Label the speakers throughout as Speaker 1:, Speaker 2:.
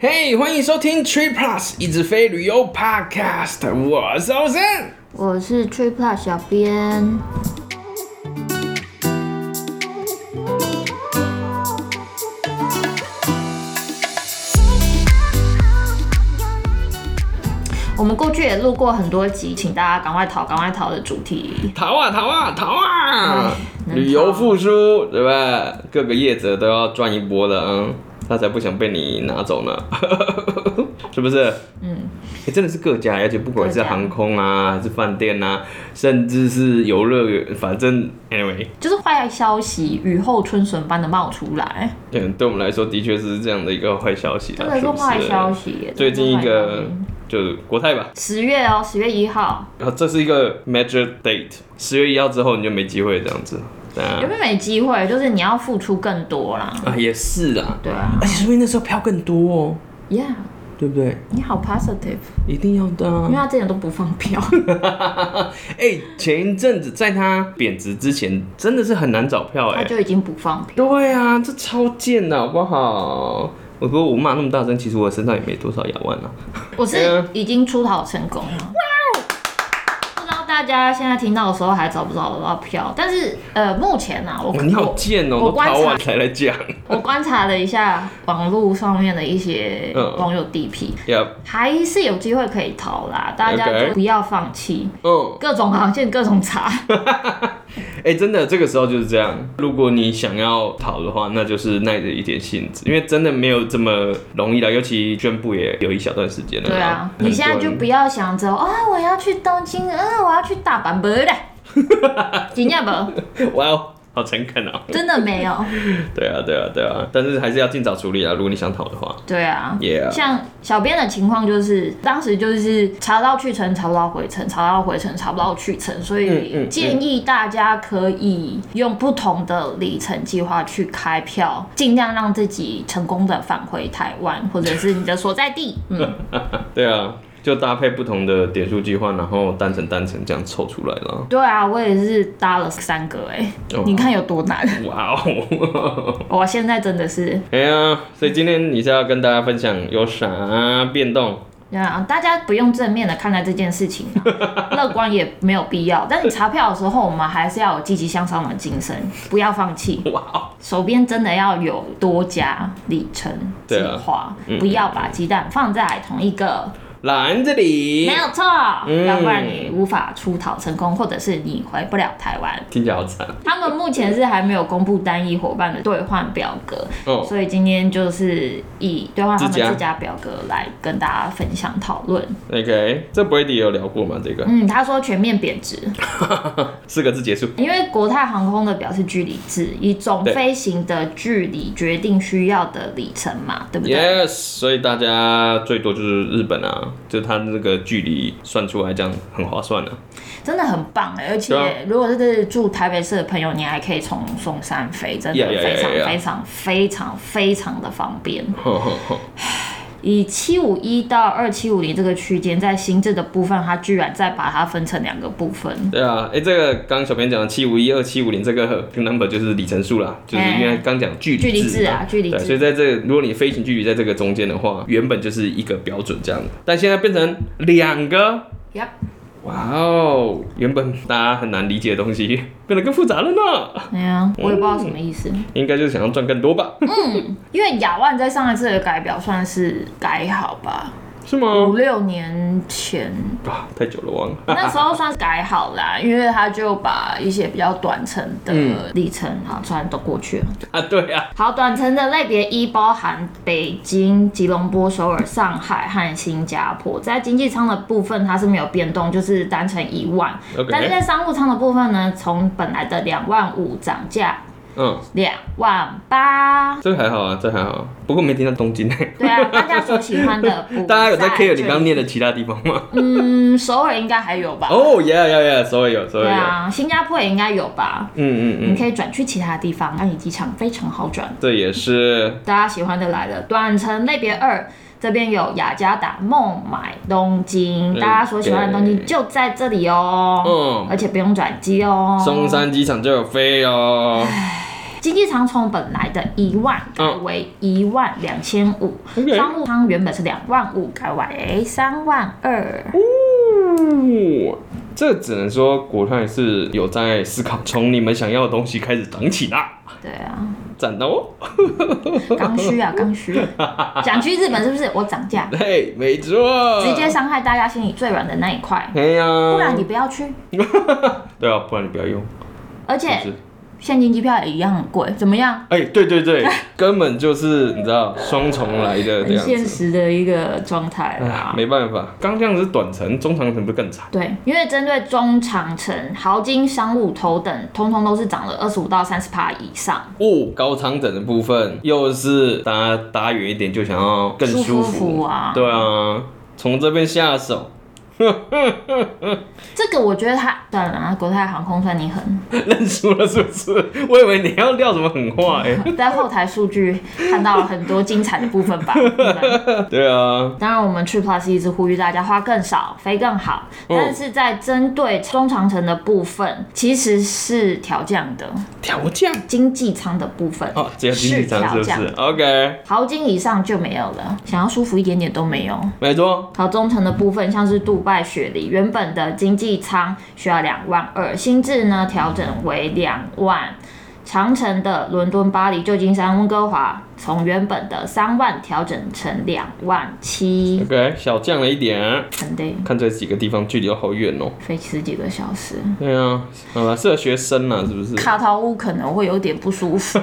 Speaker 1: 嘿欢迎收听 Tree Plus 一直飞旅游 Podcast，我是欧森。
Speaker 2: 我是 Tree Plus 小编，我们过去也录过很多集，请大家赶快逃、赶快逃的主题。
Speaker 1: 逃啊逃啊逃啊！
Speaker 2: 哎能逃
Speaker 1: 旅游复苏，对吧？各个业者都要赚一波的，嗯，他才不想被你拿走呢， 是不是？嗯，真的是各家，而且不管是
Speaker 2: 各家
Speaker 1: 航空啊，还是饭店啊，甚至是游乐园，反正 anyway，
Speaker 2: 就是坏消息雨后春笋般的冒出来，
Speaker 1: 对，对我们来说的确是这样的一个坏消息
Speaker 2: 真
Speaker 1: 啦，
Speaker 2: 的
Speaker 1: 是
Speaker 2: 是
Speaker 1: 不是？
Speaker 2: 坏消息耶。
Speaker 1: 最近一
Speaker 2: 真的是坏
Speaker 1: 个
Speaker 2: 消息
Speaker 1: 就是国泰吧，
Speaker 2: 十月哦，十月一号，
Speaker 1: 然后这是一个 major date，十月一号之后你就没机会这样子。对
Speaker 2: 有
Speaker 1: 啊，
Speaker 2: 没有没机会？就是你要付出更多啦。
Speaker 1: 啊也是啊，
Speaker 2: 对啊
Speaker 1: 而且说不定那时候票更多哦，
Speaker 2: ，Yeah，
Speaker 1: 对不对？
Speaker 2: 你好 positive，
Speaker 1: 一定要的、
Speaker 2: 因为
Speaker 1: 啊。
Speaker 2: 他之前都不放票。
Speaker 1: 哎、前一阵子在它贬值之前，真的是很难找票哎、
Speaker 2: 他 就已经不放屁。
Speaker 1: 对啊，这超贱的好不好？我不过我骂那么大声，其实我身上也没多少牙万啊。
Speaker 2: 我是已经出逃成功了。呃哦不知道大家现在听到的时候还找不找得到票？但是呃，目前啊，我
Speaker 1: 哇你好贱哦、
Speaker 2: 我
Speaker 1: 都逃
Speaker 2: 观
Speaker 1: 完
Speaker 2: 察
Speaker 1: 才来 讲。
Speaker 2: 我观察了一下网络上面的一些
Speaker 1: 嗯
Speaker 2: 网友地痞，
Speaker 1: 呀，
Speaker 2: 还是有机会可以逃啦。大家
Speaker 1: OK
Speaker 2: 就不要放弃，
Speaker 1: 嗯，
Speaker 2: 各种航线各种查。
Speaker 1: 哎、真的，这个时候就是这样。如果你想要逃的话，那就是耐着一点性子，因为真的没有这么容易了。尤其宣布也有一小段时间了啦。
Speaker 2: 对啊，
Speaker 1: 嗯很多人
Speaker 2: 你现在就不要想着啊，我要去东京，啊，我要去大阪，不的， 惊讶不？
Speaker 1: 哇哦，好诚恳哦。
Speaker 2: 真的没有。
Speaker 1: 对啊，对啊，对啊，但是还是要尽早处理啊。如果你想逃的话，
Speaker 2: 对啊
Speaker 1: Yeah
Speaker 2: 像小编的情况就是，当时就是查到去程，查不到回程，查到回程，查不到去程，所
Speaker 1: 嗯
Speaker 2: 以
Speaker 1: 嗯
Speaker 2: 建议大家可以用不同的里程计划去开票，尽量让自己成功的返回台湾或者是你的所在 地。嗯，
Speaker 1: 对啊，就搭配不同的点数计划，然后单程单程这样凑出来了。
Speaker 2: 对啊，我也是搭了三个哎、
Speaker 1: 哦
Speaker 2: 你看有多难，
Speaker 1: 哇哦！
Speaker 2: 我现在真的是。
Speaker 1: 哎呀，所以今天你是要跟大家分享有啥变动？
Speaker 2: 对啊，大家不用正面的看待这件事情、 啊，乐观也没有必要。但你查票的时候，我们还是要有积极向上的精神，不要放弃。
Speaker 1: 哇哦！
Speaker 2: 手边真的要有多加里程计
Speaker 1: 对啊嗯
Speaker 2: 划，不要把鸡蛋放在同一个，
Speaker 1: 来这里
Speaker 2: 没，有错，
Speaker 1: 嗯
Speaker 2: 要不然你无法出逃成功，或者是你回不了台湾。
Speaker 1: 听起来好惨。
Speaker 2: 他们目前是还没有公布单一伙伴的兑换表格，
Speaker 1: 哦
Speaker 2: 所以今天就是以兑换他们
Speaker 1: 自家
Speaker 2: 自家表格来跟大家分享讨论。
Speaker 1: OK，这 Brady 有聊过吗？这个
Speaker 2: 嗯，他说全面贬值，
Speaker 1: 四个字结束。
Speaker 2: 因为国泰航空的表示距离制，以总
Speaker 1: 对
Speaker 2: 飞行的距离决定需要的里程嘛，对不对
Speaker 1: Yes，所以大家最多就是日本啊，就它那个距离算出来这样很划算 啊。
Speaker 2: 真的很棒哎、而
Speaker 1: 对啊
Speaker 2: 且如果是住台北市的朋友，你还可以从松山飞，真的
Speaker 1: Yeah, yeah,
Speaker 2: 非常
Speaker 1: yeah, yeah.
Speaker 2: 非常非常非常的方便。
Speaker 1: 哼哼哼
Speaker 2: 以七五一到二七五零这个区间，在新制的部分，它居然再把它分成两个部分。
Speaker 1: 对啊，哎、这个刚刚小编讲的七五一二七五零这个 number 就是里程数啦，就是因为刚讲距
Speaker 2: 距
Speaker 1: 离
Speaker 2: 离
Speaker 1: 制
Speaker 2: 制
Speaker 1: 嘛
Speaker 2: 啊，哎距离
Speaker 1: 对，所以
Speaker 2: 制，
Speaker 1: 在这个如果你飞行距离在这个中间的话，原本就是一个标准这样，但现在变成两个，
Speaker 2: Yup
Speaker 1: 哇哦，原本大家很难理解的东西变得更复杂了呢，
Speaker 2: 哎呀，我也不知道什
Speaker 1: 哦
Speaker 2: 么意思。
Speaker 1: 应该就是想要赚更多吧？
Speaker 2: 因为亚万在上一次的改表算是改好吧，
Speaker 1: 是吗？
Speaker 2: 五六年 前
Speaker 1: 啊，太久了，忘了。
Speaker 2: 那时候算是改好啦，因为他就把一些比较短程的里程啊，虽然都过去了。
Speaker 1: 啊，对啊，
Speaker 2: 好，短程的类别一包含北京、吉隆坡、首尔、上海和新加坡。在经济舱的部分，它是没有变动，就是单程一万。
Speaker 1: OK
Speaker 2: 但是在商务舱的部分呢，从本来的两万五涨价
Speaker 1: 嗯，
Speaker 2: 两万八。
Speaker 1: 这个还好啊，这个还好啊。不过没听到东京、 欸，
Speaker 2: 对啊，大家所喜欢的不
Speaker 1: 大家有在 care 你刚刚
Speaker 2: 这里
Speaker 1: 念的其他地方吗？
Speaker 2: 嗯，首尔应该还有吧？
Speaker 1: 哦，耶耶耶，所以有，所以
Speaker 2: 对
Speaker 1: 有。
Speaker 2: 啊，新加坡也应该有吧？
Speaker 1: 嗯嗯
Speaker 2: 你
Speaker 1: 嗯，
Speaker 2: 可以转去其他地方，安里机场非常好转。
Speaker 1: 这也是
Speaker 2: 大家喜欢的来了，短程类别二这边有雅加达、孟买、东京，
Speaker 1: 嗯
Speaker 2: 大家所喜欢的东
Speaker 1: 对
Speaker 2: 京就在这里哦，
Speaker 1: 嗯，
Speaker 2: 而且不用转机哦。
Speaker 1: 松山机场就有飞哦。
Speaker 2: 经济舱从本来的一万改为一万两千五，
Speaker 1: 嗯 OK
Speaker 2: 商务舱原本是两万五，改为三万二。
Speaker 1: 哦，这只能说国泰是有在思考，从你们想要的东西开始涨起啦，
Speaker 2: 对啊，
Speaker 1: 赞 哦！
Speaker 2: 刚需啊，刚需。 想去日本是不是？我涨价，
Speaker 1: 对，没错，
Speaker 2: 直接伤害大家心里最软的那一块。
Speaker 1: 哎啊呀，
Speaker 2: 不然你不要去，
Speaker 1: 对啊，不然你不要用，
Speaker 2: 而
Speaker 1: 是不
Speaker 2: 且
Speaker 1: 是？
Speaker 2: 现金机票也一样很贵，怎么样？
Speaker 1: 哎、对对对， 根本就是你知道双重来的这
Speaker 2: 很
Speaker 1: 样
Speaker 2: 现
Speaker 1: 子，
Speaker 2: 实啊的一个状态
Speaker 1: 哎
Speaker 2: 啦，。
Speaker 1: 没办法，刚这样子短程，中长程不是更惨？
Speaker 2: 对，因为针对中长程、豪金、商务、头等，通通都是涨了二十五到三十趴以上，
Speaker 1: 哦，高长等的部分又是大家搭远一点就想要更舒服，
Speaker 2: 舒服啊
Speaker 1: 对啊，从这边下手，
Speaker 2: 这个我觉得它算了啊，国泰航空算你狠，
Speaker 1: 认输了是不是？我以为你要撂什么狠话哎、
Speaker 2: 在后台数据看到了很多精彩的部分 吧。你们
Speaker 1: 对啊，
Speaker 2: 当然，我们 Trip Plus 一直呼吁大家花更少，飞更好，
Speaker 1: 嗯
Speaker 2: 但是在针对中长程的部分，其实是调降的，
Speaker 1: 调降
Speaker 2: 经济舱的部分
Speaker 1: 哦，只有经济舱是不
Speaker 2: 是调
Speaker 1: 是？OK，
Speaker 2: 豪金以上就没有了，想要舒服一点点都没有。
Speaker 1: 没错，
Speaker 2: 好，中层的部分，像是杜拜雪梨，原本的经济舱需要两万二，新制呢调整为两万。长城的伦敦、巴黎、旧金山、温哥华，从原本的三万调整成两万七，
Speaker 1: ，OK，小降了一点，啊
Speaker 2: 很累，
Speaker 1: 看这几个地方距离都好远哦。
Speaker 2: 飞十几个小时，
Speaker 1: 对啊，好吧，适合学生啊，是不是？
Speaker 2: 卡桃屋可能会有点不舒服。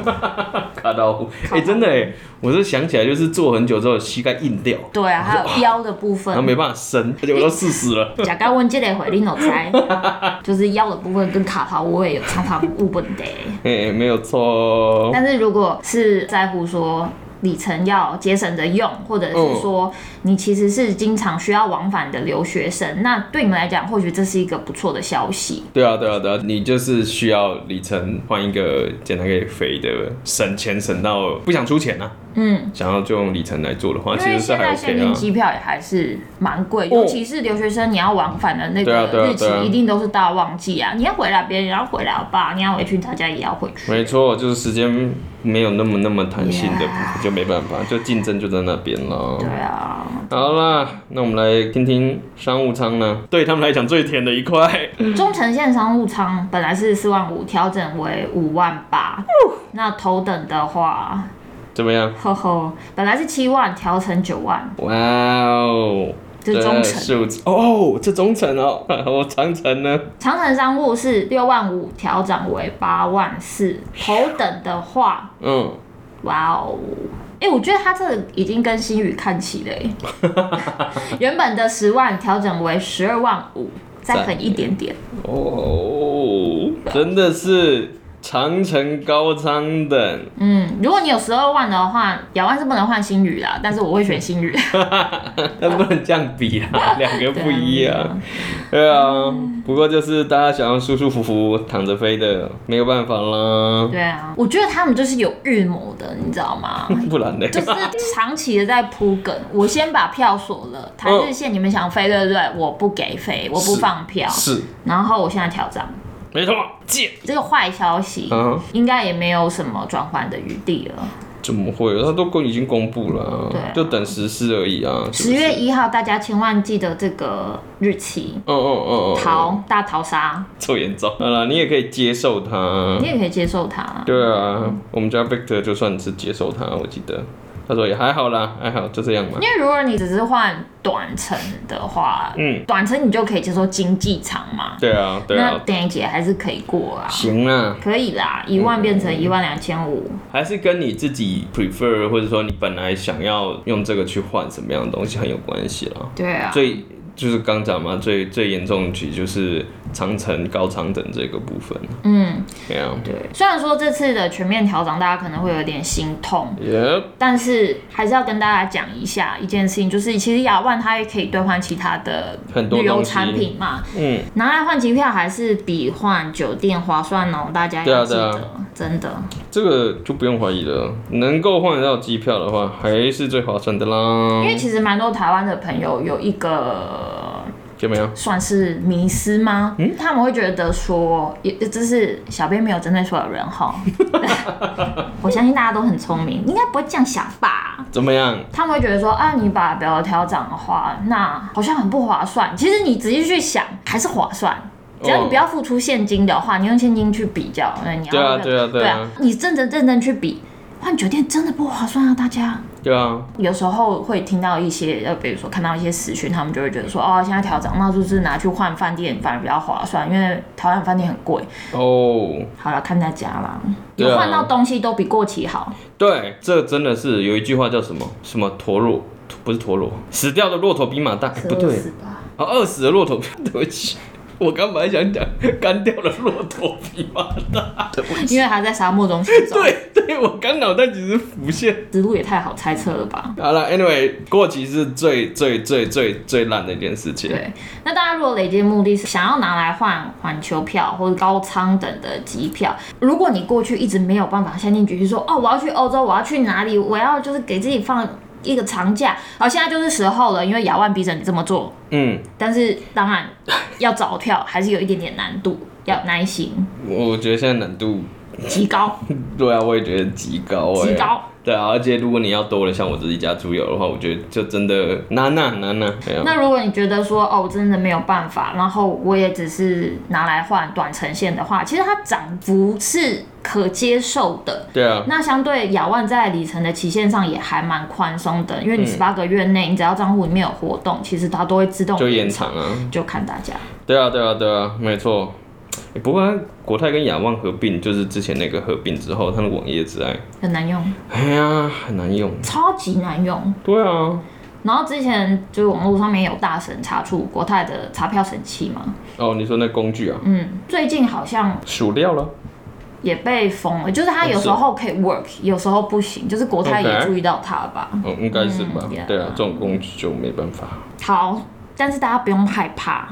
Speaker 1: 卡到户，
Speaker 2: 卡
Speaker 1: 哎、
Speaker 2: 到户
Speaker 1: 真的哎、我是想起来，就是坐很久之后膝盖硬掉，
Speaker 2: 对啊，还有腰的部
Speaker 1: 然后
Speaker 2: 分，
Speaker 1: 没办法伸， 而且我都四十 了。
Speaker 2: 假该问这类回你有猜， 就是腰的部分跟卡桃屋也有常常误问的。
Speaker 1: 哎、没有错哦。
Speaker 2: 但是如果是在乎说里程要节省着用，或者是说你其实是经常需要往返的留学生，那对你们来讲，或许这是一个不错的消息。
Speaker 1: 对啊，对啊，对啊，你就是需要里程换一个简单可以飞的，省钱省到不想出钱啊。
Speaker 2: 嗯，
Speaker 1: 想要就用里程来做的话，
Speaker 2: 因
Speaker 1: 其
Speaker 2: 为
Speaker 1: 实是
Speaker 2: 现
Speaker 1: 还
Speaker 2: 在
Speaker 1: OK
Speaker 2: 现金
Speaker 1: 啊。
Speaker 2: 机票也还是蛮贵，
Speaker 1: 哦
Speaker 2: 尤其是留学生，你要往返的那
Speaker 1: 对啊对啊
Speaker 2: 个日期
Speaker 1: 对啊
Speaker 2: 一定都是大旺季啊！你要回来，别人也要回来，好吧？你要回去，大家也要回去。
Speaker 1: 没错，就是时间没有那么那么弹性的部分
Speaker 2: Yeah
Speaker 1: 就没办法，就竞争就在那边了
Speaker 2: 对。啊，
Speaker 1: 好啦，那我们来听听商务舱呢，对他们来讲最甜的一块。
Speaker 2: 中城线商务舱本来是四万五，调整为五万八。那头等的话，
Speaker 1: 怎么样？
Speaker 2: 呵呵，本来是七万，调成九万，
Speaker 1: 哇哦！
Speaker 2: 这是中层。
Speaker 1: 数字哦，这中层哦， 我长城呢？
Speaker 2: 长城商务是六万五，调整为八万四。头等的话，
Speaker 1: 嗯，
Speaker 2: 哇哦，哎、我觉得它这已经跟新宇看齐了 耶，原本的十万调整为十二万五，再狠一点点。
Speaker 1: 哦，真的是长城高仓等，
Speaker 2: 嗯，如果你有十二万的话，两万是不能换新宇啦，但是我会选新宇。
Speaker 1: 那不能这样比啦，两个不一样。对啊，不过就是大家想要舒舒服服躺着飞的，没有办法啦，
Speaker 2: 对啊，我觉得他们就是有预谋的，你知道 吗？
Speaker 1: 不然呢？
Speaker 2: 就是啊长期的在铺梗。我先把票锁了，台日线你们想飞对不对？我不给飞，我不放票。
Speaker 1: 是，
Speaker 2: 然后我现在调涨，
Speaker 1: 没错，贱。
Speaker 2: 这个坏消息
Speaker 1: 啊，
Speaker 2: 应该也没有什么转换的余地了。
Speaker 1: 怎么会？他都已经公布了啊、
Speaker 2: 对啊
Speaker 1: 就等实施而已啊。是
Speaker 2: 十
Speaker 1: 不是
Speaker 2: 月，一号，大家千万记得这个日期。
Speaker 1: 嗯嗯嗯嗯，嗯，
Speaker 2: 逃大逃杀，
Speaker 1: 臭眼罩。好了，你也可以接受它
Speaker 2: 你。也可以接受它啊。
Speaker 1: 对啊，我们家 Victor 就算是接受他，我记得他说也还好啦，还好就这样嘛。
Speaker 2: 因为如果你只是换短程的话，
Speaker 1: 嗯，
Speaker 2: 短程你就可以接受经济舱嘛，
Speaker 1: 对啊，对
Speaker 2: 那
Speaker 1: 啊，
Speaker 2: 电影节还是可以过啊，
Speaker 1: 行啦，
Speaker 2: 可以啦，
Speaker 1: 嗯
Speaker 2: 一万变成一万两千五，
Speaker 1: 还是跟你自己 prefer 或者说你本来想要用这个去换什么样的东西很有关系啦。
Speaker 2: 对啊，
Speaker 1: 最就是刚讲嘛，最最严重的其实就是长城、高长等这个部分。
Speaker 2: 嗯，
Speaker 1: 对啊
Speaker 2: 对。虽然说这次的全面调整大家可能会有点心痛，
Speaker 1: ，Yep，
Speaker 2: 但是还是要跟大家讲一下一件事情，就是其实亚万它也可以兑换其他的
Speaker 1: 很多
Speaker 2: 旅游
Speaker 1: 东西
Speaker 2: 产品嘛，
Speaker 1: 嗯，
Speaker 2: 拿来换机票还是比换酒店划算哦，大家
Speaker 1: 对啊
Speaker 2: 要记得，
Speaker 1: 对
Speaker 2: 真的。
Speaker 1: 这个就不用怀疑了，能够换得到机票的话，还是最划算的啦
Speaker 2: 因。为其实蛮多台湾的朋友有一个
Speaker 1: 怎么样？
Speaker 2: 算是迷失吗？
Speaker 1: 嗯
Speaker 2: 他们会觉得说，也这是小编没有针对所有人 哈。我相信大家都很聪明，应该不会这样想吧？
Speaker 1: 怎么样？
Speaker 2: 他们会觉得说，啊，你把表调涨的话，那好像很不划算。其实你仔细去想，还是划算。只要你
Speaker 1: 哦
Speaker 2: 不要付出现金的话，你用现金去比较，那你要
Speaker 1: 对啊对啊
Speaker 2: 对
Speaker 1: 对啊
Speaker 2: 你认真认真去比，换酒店真的不划算啊，大家。
Speaker 1: 对啊，
Speaker 2: 有时候会听到一些，呃，比如说看到一些时讯，他们就会觉得说，哦，现在调整，那就是拿去换饭店反而比较划算，因为台湾饭店很贵。
Speaker 1: 哦，
Speaker 2: 好了，看大家啦，
Speaker 1: 对啊
Speaker 2: 有换到东西都比过期好。
Speaker 1: 对，这真的是有一句话叫什么什么陀螺。不是陀螺，死掉的骆驼比马大，哎不对，啊，饿死的骆驼比，对不起， 我刚本来想讲干掉的骆驼比马大，对不起
Speaker 2: 因为还在沙漠中行走，
Speaker 1: 对对，我刚脑袋其实浮现，
Speaker 2: 思路也太好猜测了吧？
Speaker 1: 好了，Anyway，过期是最最最最最烂的一件事情。
Speaker 2: 对，那大家如果累积的目的是想要拿来换环球票或者高舱等的机票，如果你过去一直没有办法下定决心说，哦，我要去欧洲，我要去哪里，我要就是给自己放一个长假，好，现在就是时候了，因为亚万逼着你这么做，
Speaker 1: 嗯，
Speaker 2: 但是当然要找票还是有一点点难度，要耐心，
Speaker 1: 我我觉得现在难度，
Speaker 2: 极高，
Speaker 1: 对啊，我也觉得极高、欸，
Speaker 2: 极。高。
Speaker 1: 对啊，而且如果你要多了，像我自己家猪油的话，我觉得就真的难呐难呐。对啊，
Speaker 2: 那如果你觉得说哦，我真的没有办法，然后我也只是拿来换短程线的话，其实它涨幅是可接受的。
Speaker 1: 对啊，
Speaker 2: 那相对亚万在里程的期限上也还蛮宽松的，
Speaker 1: 嗯
Speaker 2: 因为你十八个月内，你只要账户里面有活动，其实它都会自动
Speaker 1: 就延长啊。
Speaker 2: 就看大家。
Speaker 1: 对啊，对啊，对啊，没错。欸不过国泰跟亚旺合并，就是之前那个合并之后，它的网页之爱，
Speaker 2: 很难用，
Speaker 1: 哎呀，很难用。
Speaker 2: 超级难用。
Speaker 1: 对啊，
Speaker 2: 然后之前就是网络上面有大神查出国泰的查票神器嘛，
Speaker 1: 哦，你说那工具啊，
Speaker 2: 嗯，最近好像
Speaker 1: 数料了。
Speaker 2: 也被封了，就是它有时候可以 work，有时候不行，就是国泰也
Speaker 1: 哦 OK
Speaker 2: 注意到它吧。
Speaker 1: 嗯，应该是吧
Speaker 2: 嗯？，yeah
Speaker 1: 对啊，这种工具就没办法。
Speaker 2: 好，但是大家不用害怕。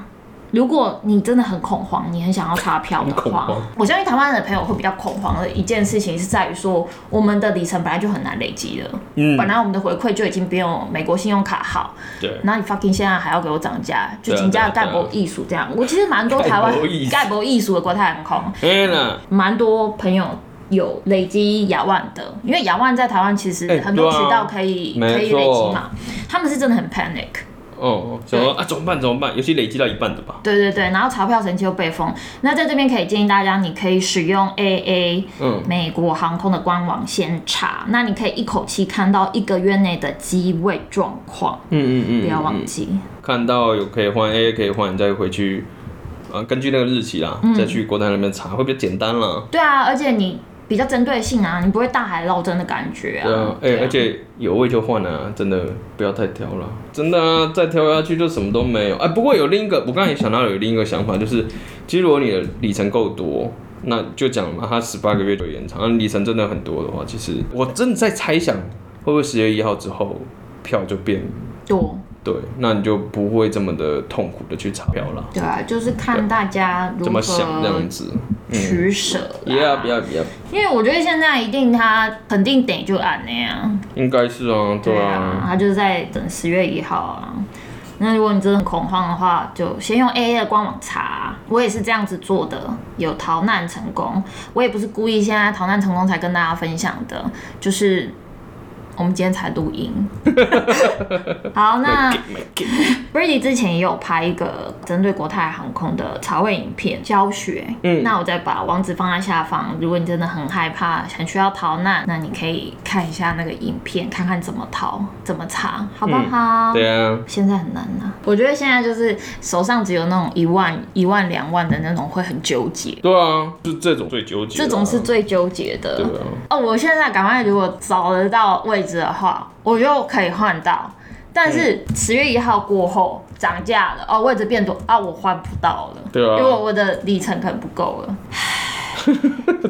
Speaker 2: 如果你真的很恐慌，你很想要查票的
Speaker 1: 很恐
Speaker 2: 话
Speaker 1: 慌，
Speaker 2: 我相信台湾的朋友会比较恐慌的一件事情是在于说，我们的里程本来就很难累积了，
Speaker 1: 嗯
Speaker 2: 本来我们的回馈就已经比我美国信用卡好，
Speaker 1: 对，
Speaker 2: 然后你 fucking 现在还要给我涨价，就
Speaker 1: 对啊
Speaker 2: 金价
Speaker 1: 对啊
Speaker 2: 盖博艺术这样，我其实蛮多台湾
Speaker 1: 盖博艺术
Speaker 2: 盖博艺术的国泰航空，
Speaker 1: 哎啦，
Speaker 2: 蛮多朋友有累积亚万的，因为亚万在台湾其实
Speaker 1: 哎
Speaker 2: 很多
Speaker 1: 对
Speaker 2: 渠
Speaker 1: 啊
Speaker 2: 道可以、
Speaker 1: 没
Speaker 2: 可以累积
Speaker 1: 错
Speaker 2: 嘛，他们是真的很 panic。
Speaker 1: 哦，怎么啊？怎么办？怎么办？尤其累积到一半的吧。
Speaker 2: 对对对，然后钞票神器又被封。那在这边可以建议大家，你可以使用 AA
Speaker 1: 嗯，
Speaker 2: 美国航空的官网先查，那你可以一口气看到一个月内的机位状况，
Speaker 1: 嗯嗯嗯，
Speaker 2: 不要忘
Speaker 1: 嗯
Speaker 2: 记。
Speaker 1: 看到有可以换 A 可以换，你再回去，呃，根据那个日期啦，再去国泰那边查，会比较简单啦。
Speaker 2: 对啊，而且你比较针对性啊，你不会大海捞针的感觉啊。
Speaker 1: 对啊，哎，而且有位就换啊，真的不要太挑了，真的啊，再挑下去就什么都没有。哎，不过有另一个，我刚才也想到有另一个想法，就是其实如果你的里程够多。那就讲嘛，它十八个月就延长，那里程真的很多的话，其实我真的在猜想，会不会十月一号之后票就变
Speaker 2: 多
Speaker 1: 对，那你就不会这么的痛苦的去查票了，
Speaker 2: 对啊，就是看大家如
Speaker 1: 这
Speaker 2: 何
Speaker 1: 么想这样子。嗯
Speaker 2: 取舍啦。
Speaker 1: 不要不要不要，
Speaker 2: 因为我觉得现在一定他肯定得就按那样，
Speaker 1: 应该是啊，对啊，
Speaker 2: 他就是在等十月一号啊。那如果你真的很恐慌的话，就先用 AA 的官网查。我也是这样子做的，有逃难成功。我也不是故意现在逃难成功才跟大家分享的，就是我们今天才录音。好，那 Brady 之前也有拍一个针对国泰航空的查位影片教学，嗯，那我再把网址放在下方。如果你真的很害怕，很需要逃难，那你可以看一下那个影片，看看怎么逃，怎么查，好不好？
Speaker 1: 对啊，
Speaker 2: 现在很难呐、我觉得现在就是手上只有那种一万、一万、两万的那种，会很纠结，哦
Speaker 1: 对啊，就这种最纠结啦，
Speaker 2: 这种是最纠结的。
Speaker 1: 对啊，
Speaker 2: 哦，我现在赶快如果找得到位置的话，我就可以换到。但是十月一号过后涨价了，哦，位置变多啊，我换不到了，
Speaker 1: 对啊
Speaker 2: 因为我的里程可能不够了，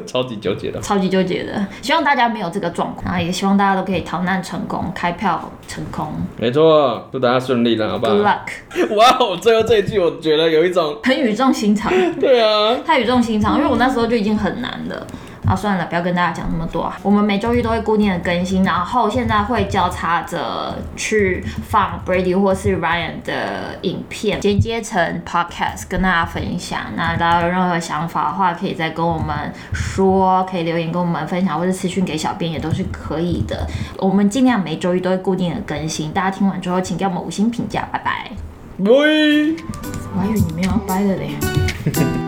Speaker 1: 超级纠结的。
Speaker 2: 超级纠结的。希望大家没有这个状况，啊，也希望大家都可以逃难成功，开票成功
Speaker 1: 没错，祝大家顺利啦，好不
Speaker 2: ，Good
Speaker 1: 好？
Speaker 2: luck，
Speaker 1: 哇哦，最后这一句我觉得有一种，
Speaker 2: 很语重心长。
Speaker 1: 对啊，
Speaker 2: 太语重心长，因为我那时候就已经很难了。啊，算了，不要跟大家讲那么多啊。我们每周一都会固定的更新，然后现在会交叉着去放 Brady 或是 Ryan 的影片，剪接成 podcast 跟大家分享。那大家有任何想法的话，可以再跟我们说，可以留言跟我们分享，或者私讯给小编也都是可以的。我们尽量每周一都会固定的更新，大家听完之后请给我们五星评价，拜拜。
Speaker 1: 喂。
Speaker 2: 我还以为你没有要掰的嘞。